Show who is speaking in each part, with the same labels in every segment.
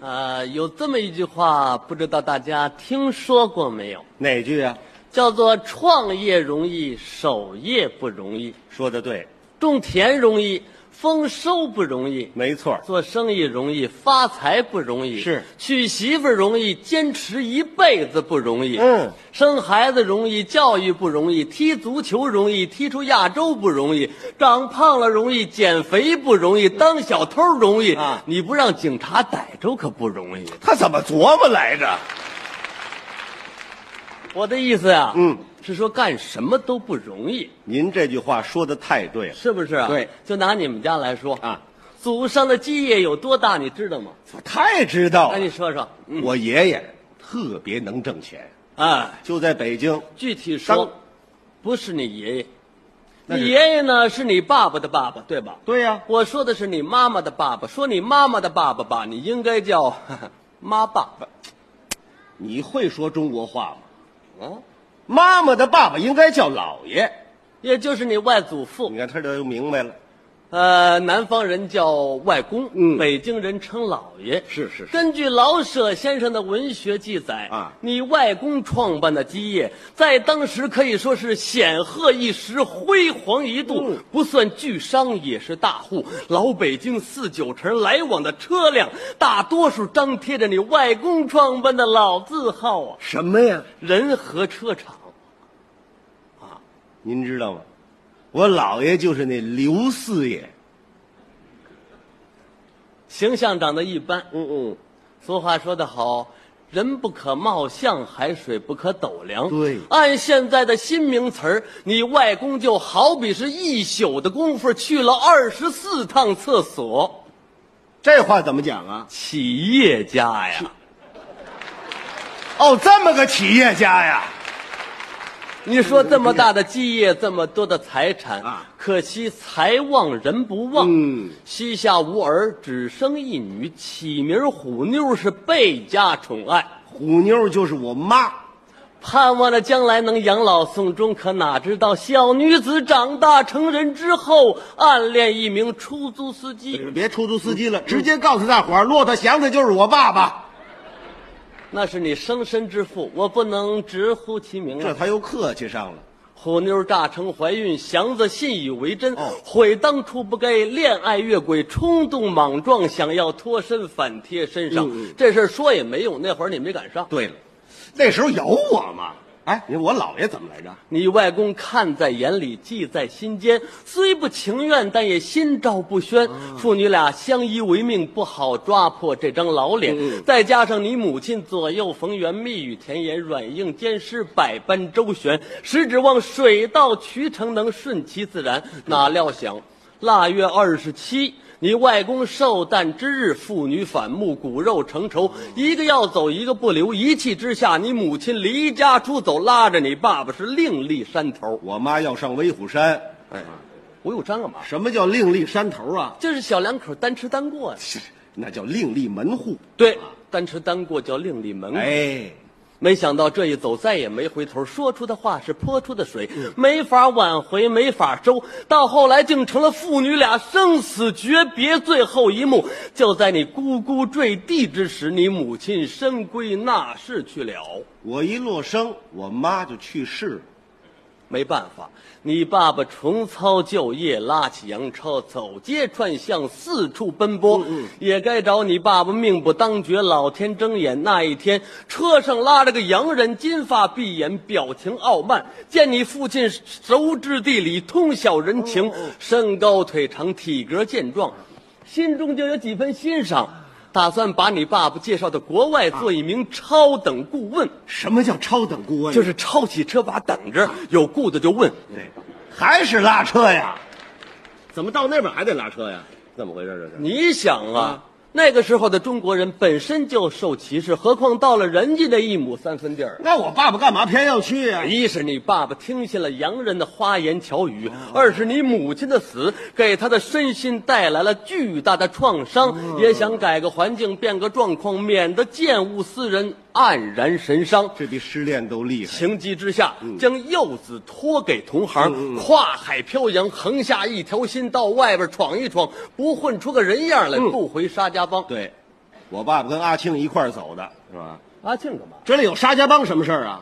Speaker 1: 呃，有这么一句话，不知道大家听说过没有？
Speaker 2: 哪句啊？
Speaker 1: 叫做“创业容易，守业不容易；
Speaker 2: 说的对，
Speaker 1: 种田容易，丰收不容易；
Speaker 2: 没错儿。
Speaker 1: 做生意容易，发财不容易；
Speaker 2: 是
Speaker 1: 娶媳妇儿容易，坚持一辈子不容易；
Speaker 2: 嗯，
Speaker 1: 生孩子容易，教育不容易；踢足球容易，踢出亚洲不容易；长胖了容易，减肥不容易；当小偷容易
Speaker 2: 啊
Speaker 1: 你不让警察逮着可不容易。
Speaker 2: 他怎么琢磨来着？
Speaker 1: 我的意思呀、
Speaker 2: 嗯，
Speaker 1: 是说干什么都不容易，
Speaker 2: 您这句话说的太对了，
Speaker 1: 是不是啊？
Speaker 2: 对，
Speaker 1: 就拿你们家来说
Speaker 2: 啊，
Speaker 1: 祖上的基业有多大，你知道吗？
Speaker 2: 我太知道
Speaker 1: 那
Speaker 2: 了。
Speaker 1: 你说说，
Speaker 2: 我爷爷特别能挣钱，
Speaker 1: 啊，
Speaker 2: 就在北京。
Speaker 1: 具体说
Speaker 2: 当，
Speaker 1: 不是你爷爷，
Speaker 2: 那
Speaker 1: 你
Speaker 2: 是
Speaker 1: 爷爷呢是你爸爸的爸爸，对吧？
Speaker 2: 对呀、
Speaker 1: 我说的是你妈妈的爸爸，说你妈妈的爸爸吧，你应该叫 呵呵妈爸。
Speaker 2: 你会说中国话吗？
Speaker 1: 嗯，
Speaker 2: 妈妈的爸爸应该叫姥爷。
Speaker 1: 也就是你外祖父
Speaker 2: 你，看他这就明白了。
Speaker 1: 呃，南方人叫外公，
Speaker 2: 嗯
Speaker 1: 北京人称老爷。
Speaker 2: 是是是
Speaker 1: 根据老舍先生的文学记载
Speaker 2: 啊
Speaker 1: 你外公创办的基业，在当时可以说是显赫一时、辉煌一度，
Speaker 2: 嗯
Speaker 1: 不算巨商也是大户。老北京四九城来往的车辆，大多数张贴着你外公创办的老字号啊，
Speaker 2: 什么呀？
Speaker 1: 人和车厂。
Speaker 2: 您知道吗？我姥爷就是那刘四爷。
Speaker 1: 形象长得一般，
Speaker 2: 嗯嗯，
Speaker 1: 俗话说得好，人不可貌相，海水不可斗量。
Speaker 2: 对
Speaker 1: 按现在的新名词儿，你外公就好比是一宿的功夫去了二十四趟厕所，
Speaker 2: 这话怎么讲啊？
Speaker 1: 企业家呀。
Speaker 2: 哦，这么个企业家呀。
Speaker 1: 你说这么大的基业，这么多的财产
Speaker 2: 啊
Speaker 1: 可惜财旺人不旺。
Speaker 2: 嗯，
Speaker 1: 膝下无儿，只生一女，起名虎妞，是倍加宠爱。
Speaker 2: 虎妞就是我妈。
Speaker 1: 盼望着将来能养老送终，可哪知道小女子长大成人之后，暗恋一名出租司机，
Speaker 2: 别出租司机了，直接告诉大伙儿，骆驼祥子就是我爸爸。
Speaker 1: 那是你生身之父，我不能直呼其名
Speaker 2: 这
Speaker 1: 啊。
Speaker 2: 他又客气上了。
Speaker 1: 虎妞炸成怀孕，祥子信以为真，
Speaker 2: 哦
Speaker 1: 悔当初不该恋爱越轨，冲动莽撞，想要脱身反贴身上。
Speaker 2: 嗯嗯
Speaker 1: 这事儿说也没用，那会儿你没赶上。
Speaker 2: 对了，那时候有我吗？哎，你我姥爷怎么来着？
Speaker 1: 你外公看在眼里，记在心间，虽不情愿，但也心照不宣。父女俩相依为命，不好抓破这张老脸。
Speaker 2: 嗯嗯
Speaker 1: 再加上你母亲左右逢源，蜜语甜言，软硬兼施，百般周旋，实指望水到渠成，能顺其自然。哪料想，腊月二十七。你外公寿诞之日，父女反目，骨肉成仇，一个要走，一个不留。一气之下，你母亲离家出走，拉着你爸爸是另立山头。
Speaker 2: 我妈要上威虎山。哎，
Speaker 1: 我有章干嘛？
Speaker 2: 什么叫另立山头啊？
Speaker 1: 就是小两口单吃单过呀、
Speaker 2: 那叫另立门户。
Speaker 1: 对，单吃单过叫另立门。
Speaker 2: 哎，
Speaker 1: 没想到这一走再也没回头，说出的话是泼出的水，没法挽回，没法收，到后来竟成了父女俩生死诀别最后一幕。就在你咕咕坠地之时，你母亲深闺纳室去了。
Speaker 2: 我一落生，我妈就去世了。
Speaker 1: 没办法，你爸爸重操旧业，拉起洋车，走街串巷，四处奔波，也该找你爸爸命不当绝，老天睁眼那一天，车上拉着个洋人，金发碧眼，表情傲慢，见你父亲熟知地理，通晓人情，身高腿长，体格健壮，心中就有几分欣赏，打算把你爸爸介绍到国外做一名超等顾问。
Speaker 2: 什么叫超等顾问？
Speaker 1: 就是抄起车把等着，有雇的就问
Speaker 2: 对，还是拉车呀？怎么到那边还得拉车呀？怎么回事？这是
Speaker 1: 你想啊，那个时候的中国人本身就受歧视，何况到了人家这一亩三分地儿。
Speaker 2: 那我爸爸干嘛偏要去呀、
Speaker 1: 一是你爸爸听信了洋人的花言巧语，二是你母亲的死给他的身心带来了巨大的创伤，也想改个环境，变个状况，免得见物思人，黯然神伤。
Speaker 2: 这比失恋都厉害。
Speaker 1: 情急之下，将幼子托给同行，跨海漂洋，横下一条心，到外边闯一闯，不混出个人样来，不回沙家浜。
Speaker 2: 对，我爸爸跟阿庆一块儿走的，是吧？
Speaker 1: 阿庆干嘛？
Speaker 2: 这里有沙家浜什么事儿啊？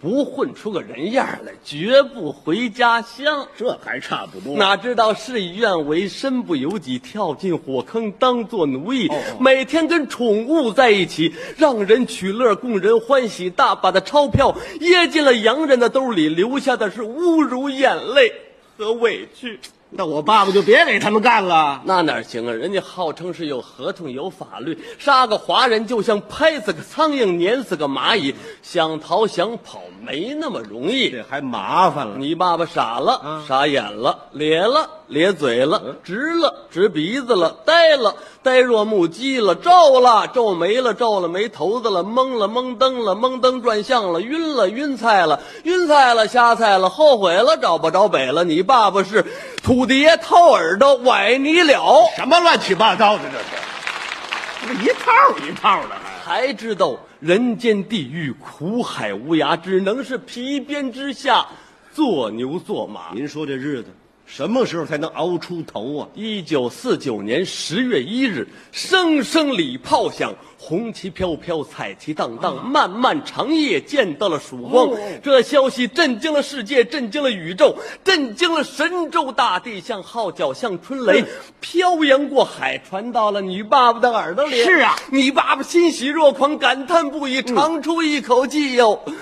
Speaker 1: 不混出个人样来，绝不回家乡。
Speaker 2: 这还差不多
Speaker 1: 哪知道事与愿违，身不由己，跳进火坑，当做奴役，
Speaker 2: 哦哦
Speaker 1: 每天跟宠物在一起，让人取乐，供人欢喜。大把的钞票掖进了洋人的兜里，留下的是侮辱、眼泪和委屈。
Speaker 2: 那我爸爸就别给他们干了。
Speaker 1: 那哪行啊？人家号称是有合同、有法律，杀个华人就像拍死个苍蝇、碾死个蚂蚁，想逃想跑没那么容易。
Speaker 2: 这还麻烦了。
Speaker 1: 你爸爸傻了，
Speaker 2: 啊
Speaker 1: 傻眼了，咧了，咧嘴了，直了，直鼻子了，呆了，呆若木鸡了，皱了，皱眉了，皱了眉头子了，懵了，懵登了，懵登转向了，晕了，晕菜了，晕菜了，瞎菜了，后悔了，找不着北了。你爸爸是土地爷掏耳朵崴你了，
Speaker 2: 什么乱七八糟的这是？这一套一套的还。
Speaker 1: 才知道人间地狱苦海无涯，只能是皮鞭之下做牛做马。
Speaker 2: 您说这日子什么时候才能熬出头啊？
Speaker 1: 一九四九年十月一日，声声礼炮响，红旗飘飘，彩旗荡荡，漫漫长夜见到了曙光。
Speaker 2: 啊哦
Speaker 1: 这消息震惊了世界，震惊了宇宙，震惊了神州大地，像号角，像春雷，
Speaker 2: 嗯
Speaker 1: 飘扬过海，传到了你爸爸的耳朵里。
Speaker 2: 是啊，
Speaker 1: 你爸爸欣喜若狂，感叹不已，长出一口气哟。
Speaker 2: 嗯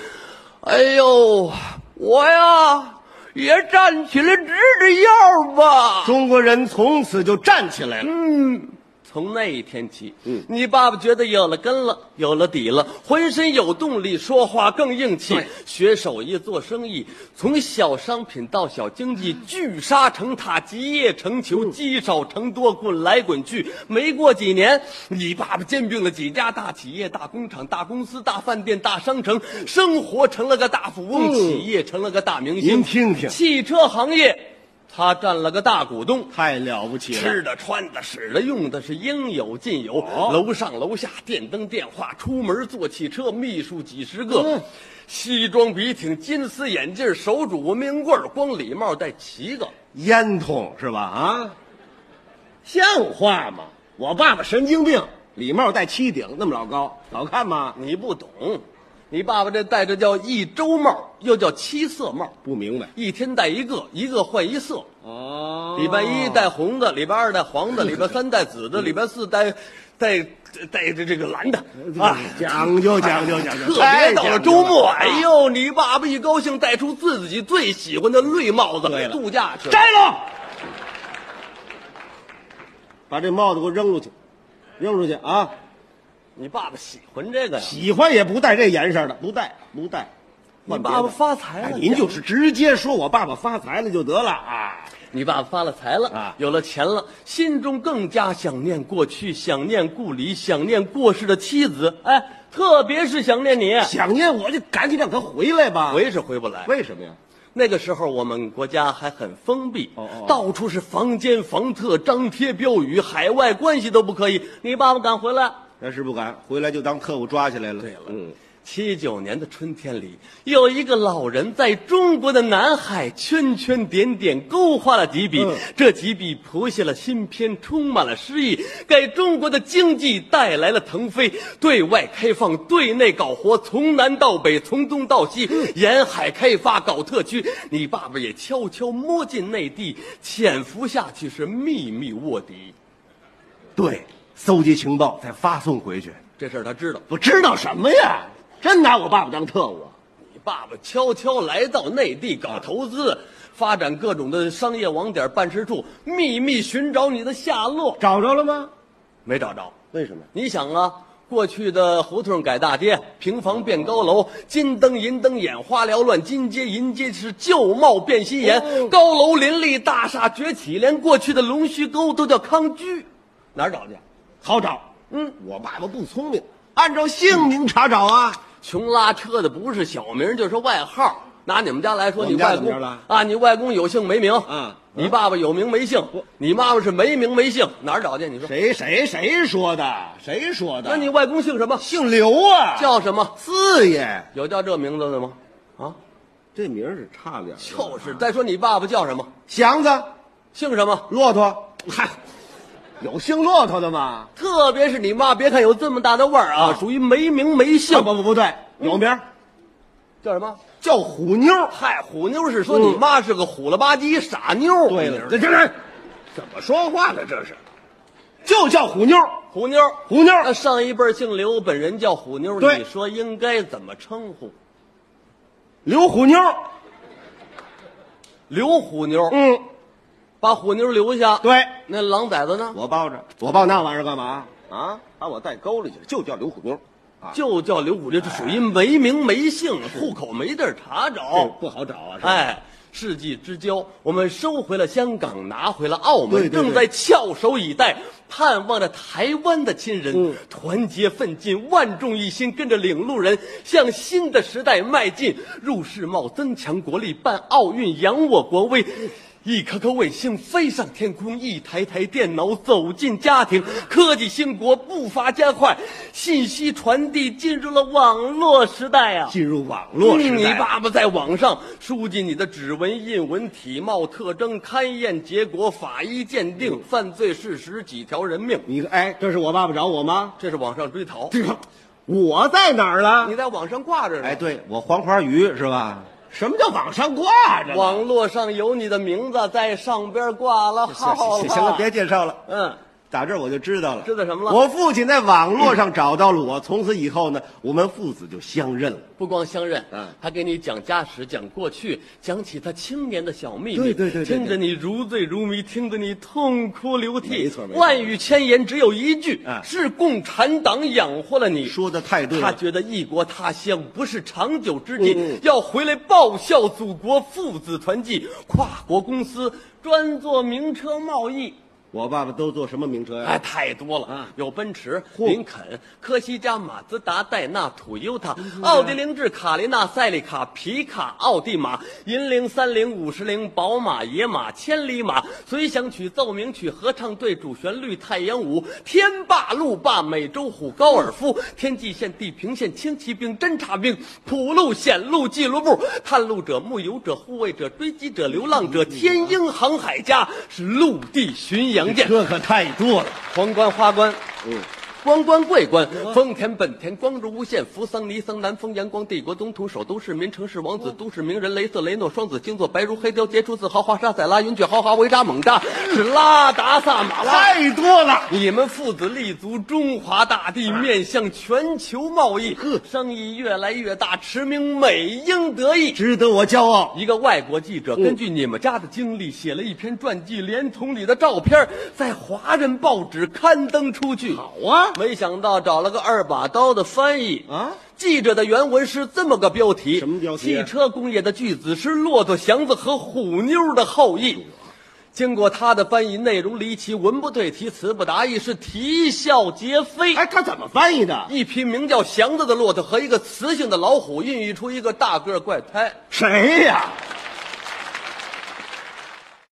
Speaker 1: 哎呦，我呀，也站起来直直腰吧。
Speaker 2: 中国人从此就站起来了。
Speaker 1: 从那一天起，嗯，你爸爸觉得有了根了，有了底了，浑身有动力，说话更硬气
Speaker 2: 对，
Speaker 1: 学手艺，做生意，从小商品到小经济，聚沙成塔，集腋成裘，
Speaker 2: 嗯
Speaker 1: 积少成多，滚来滚去。没过几年，你爸爸兼并了几家大企业、大工厂、大公司、大饭店、大商城，生活成了个大富翁，
Speaker 2: 嗯
Speaker 1: 企业成了个大明星。
Speaker 2: 您听听
Speaker 1: 汽车行业，他占了个大股东。
Speaker 2: 太了不起
Speaker 1: 吃的、穿的、使的、用的是应有尽有，
Speaker 2: 哦
Speaker 1: 楼上楼下、电灯电话，出门坐汽车，秘书几十个，
Speaker 2: 嗯
Speaker 1: 西装笔挺、金丝眼镜、手拄文明棍儿，光礼帽戴七个。
Speaker 2: 烟筒是吧？啊，像话吗？我爸爸神经病，礼帽戴七顶，那么老高，好看吗？
Speaker 1: 你不懂，你爸爸这戴着叫一周帽，又叫七色帽，
Speaker 2: 不明白。
Speaker 1: 一天戴一个，一个换一色。
Speaker 2: 哦
Speaker 1: 礼拜一戴红的，礼拜二戴黄的，礼拜三戴紫的，礼拜四戴戴戴这这个蓝 的啊。
Speaker 2: 哎讲究讲究讲究，啊
Speaker 1: 特别到了周末，
Speaker 2: 太
Speaker 1: 哎
Speaker 2: 讲究了，
Speaker 1: 呦，你爸爸一高兴，戴出自己最喜欢的绿帽子
Speaker 2: 对了
Speaker 1: 度假去了。
Speaker 2: 摘了，把这帽子给我扔出去，扔出去啊！
Speaker 1: 你爸爸喜欢这个呀？
Speaker 2: 喜欢也不戴这颜色的，不戴不戴。
Speaker 1: 你
Speaker 2: 换别
Speaker 1: 爸爸
Speaker 2: 的
Speaker 1: 发财
Speaker 2: 哎
Speaker 1: 了，
Speaker 2: 您就是直接说我爸爸发财了就得了啊！
Speaker 1: 你爸爸发了财了
Speaker 2: 啊
Speaker 1: 有了钱了，心中更加想念过去，想念故里，想念过世的妻子，哎，特别是想念你。
Speaker 2: 想念我就赶紧让他回来吧。
Speaker 1: 回是回不来，
Speaker 2: 为什么呀？
Speaker 1: 那个时候我们国家还很封闭，
Speaker 2: 哦哦哦
Speaker 1: 到处是房间房特，张贴标语，海外关系都不可以。你爸爸敢回来？
Speaker 2: 那是不敢回来就当特务抓起来了。
Speaker 1: 对了，
Speaker 2: 嗯，
Speaker 1: 七九年的春天里，有一个老人在中国的南海圈圈点点勾画了几笔，
Speaker 2: 嗯
Speaker 1: 这几笔谱写了新篇，充满了诗意，给中国的经济带来了腾飞。对外开放，对内搞活，从南到北，从东到西，
Speaker 2: 嗯
Speaker 1: 沿海开发，搞特区。你爸爸也悄悄摸进内地，潜伏下去是秘密卧底。
Speaker 2: 对，搜集情报再发送回去。
Speaker 1: 这事儿他知道。
Speaker 2: 我知道什么呀？真拿我爸爸当特务啊？
Speaker 1: 你爸爸悄悄来到内地搞投资，发展各种的商业网点、办事处，秘密寻找你的下落，
Speaker 2: 找着了吗？
Speaker 1: 没找着。
Speaker 2: 为什么？
Speaker 1: 你想啊，过去的胡同改大街，平房变高楼，金灯银灯眼花缭乱，金街银街是旧貌变新颜，
Speaker 2: 哦
Speaker 1: 高楼林立，大厦崛起，连过去的龙须沟都叫康居，哪儿找去？啊
Speaker 2: 好找。嗯，我爸爸不聪明，按照姓名查找啊。
Speaker 1: 穷拉车的不是小名就是外号。拿你们家来说，
Speaker 2: 我
Speaker 1: 你
Speaker 2: 们家
Speaker 1: 外
Speaker 2: 怎么
Speaker 1: 公
Speaker 2: 着了
Speaker 1: 啊，你外公有姓没名
Speaker 2: 啊
Speaker 1: 你爸爸有名没姓，你妈妈是没名没姓，哪儿找去？你说，
Speaker 2: 谁谁谁说的？谁说的？
Speaker 1: 那你外公姓什么？
Speaker 2: 姓刘啊？
Speaker 1: 叫什么？
Speaker 2: 四爷。
Speaker 1: 有叫这名字的吗？啊，
Speaker 2: 这名儿是差点儿。
Speaker 1: 就是。再说你爸爸叫什么？
Speaker 2: 祥子，
Speaker 1: 姓什么？
Speaker 2: 骆驼。嗨，有姓骆驼的吗？
Speaker 1: 特别是你妈，别看有这么大的腕儿啊，
Speaker 2: 啊
Speaker 1: 属于没名没姓
Speaker 2: 啊，不不不对，有名儿、
Speaker 1: 叫什么？
Speaker 2: 叫虎妞儿。
Speaker 1: 嗨，虎妞是说你妈是个虎了吧唧傻妞。
Speaker 2: 嗯对了，这这这怎么说话呢？这是，就叫虎妞儿，
Speaker 1: 虎妞，
Speaker 2: 虎妞儿
Speaker 1: 那上一辈儿姓刘，本人叫虎妞，
Speaker 2: 对
Speaker 1: 你说应该怎么称呼？
Speaker 2: 刘虎妞儿。
Speaker 1: 刘虎妞，
Speaker 2: 嗯，
Speaker 1: 把虎妞留下。，
Speaker 2: 对，
Speaker 1: 那狼崽子呢？
Speaker 2: 我抱着，我抱那玩意儿干嘛啊？把我带沟里去了，就叫刘虎妞儿啊，
Speaker 1: 就叫刘虎妞，这属于没名没姓，户口没地儿查
Speaker 2: 这
Speaker 1: 找。
Speaker 2: 不好找啊，是吧？
Speaker 1: 哦哎，世纪之交，我们收回了香港，拿回了澳门，
Speaker 2: 对对对
Speaker 1: 正在翘首以待，盼望着台湾的亲人、
Speaker 2: 嗯
Speaker 1: 团结奋进，万众一心，跟着领路人向新的时代迈进。入世贸，增强国力，办奥运，扬我国威。一颗颗卫星飞上天空，一台台电脑走进家庭，科技兴国步伐加快，信息传递进入了网络时代啊！
Speaker 2: 进入网络时代，
Speaker 1: 你爸爸在网上输进你的指纹、印文、体貌特征、勘验结果、法医鉴定、
Speaker 2: 嗯
Speaker 1: 犯罪事实、几条人命，
Speaker 2: 你哎，这是我爸爸找我吗？
Speaker 1: 这是网上追逃。
Speaker 2: 这个我在哪儿了
Speaker 1: 你？在网上挂着呢，
Speaker 2: 哎，对我黄花鱼是吧？什么叫网上挂着呢？
Speaker 1: 网络上有你的名字在上边挂了
Speaker 2: 行
Speaker 1: 号
Speaker 2: 行
Speaker 1: 了。
Speaker 2: 行了，别介绍了。
Speaker 1: 嗯，
Speaker 2: 打这儿我就知道了，
Speaker 1: 知道什么了
Speaker 2: 我父亲在网络上找到了我，从此以后呢，我们父子就相认了。
Speaker 1: 不光相认，
Speaker 2: 嗯
Speaker 1: 还给你讲家史、讲过去，讲起他青年的小秘密，
Speaker 2: 对对对对对
Speaker 1: 听着你如醉如迷，听得你痛哭流涕，
Speaker 2: 没错没错
Speaker 1: 万语千言只有一句，
Speaker 2: 嗯
Speaker 1: 是共产党养活了你。
Speaker 2: 说的太对
Speaker 1: 他
Speaker 2: 了，
Speaker 1: 觉得异国他乡不是长久之计，
Speaker 2: 嗯嗯
Speaker 1: 要回来报效祖国，父子团聚，跨国公司专做名车贸易，
Speaker 2: 我爸爸都坐什么名车呀、
Speaker 1: 哎，太多了，
Speaker 2: 啊
Speaker 1: 有奔驰、
Speaker 2: 嚯
Speaker 1: 林肯、科西嘉、马自达、戴纳、土优塔、奥迪、凌志、卡琳娜、赛利卡、皮卡、奥迪马、银铃、三菱、五十铃、宝马、野马、千里马、随想曲、奏鸣曲、合唱队、主旋律、太阳舞、天霸、路霸、美洲虎、高尔夫、天际线、地平线、轻骑兵、侦察兵、普路、显路、记录部、探路者、牧游者、护卫者、追击者、流浪者、天鹰航海家，是陆地巡洋舰。
Speaker 2: 这可太多了。
Speaker 1: 皇冠、花冠，嗯，光冠、桂冠，丰田、本田、光荣、无限、扶桑、尼桑、南丰、阳光、帝国、东土、首都、市民、城市、王子、都市名人、雷瑟、雷诺、双子星座、白如、黑雕、杰出、自豪、华沙、塞拉、云雀、豪华、维扎、猛扎，是拉达萨马拉。
Speaker 2: 太多了，
Speaker 1: 你们父子立足中华大地，面向全球贸易，生意越来越大，驰名美英德意。
Speaker 2: 值得我骄傲。
Speaker 1: 一个外国记
Speaker 2: 嗯
Speaker 1: 者根据你们家的经历写了一篇传记，连同你的照片在华人报纸刊登出去。
Speaker 2: 好啊，
Speaker 1: 没想到找了个二把刀的翻译
Speaker 2: 啊！
Speaker 1: 记者的原文是这么个标题：
Speaker 2: 什么标题啊
Speaker 1: 汽车工业的巨子是骆驼祥子和虎妞的后
Speaker 2: 哎
Speaker 1: 裔。
Speaker 2: 啊
Speaker 1: 经过他的翻译，内容离奇，文不对题，词不达意，是啼笑皆非。
Speaker 2: 哎，他怎么翻译的？
Speaker 1: 一匹名叫祥子的骆驼和一个雌性的老虎，孕育出一个大个儿怪胎。
Speaker 2: 谁呀、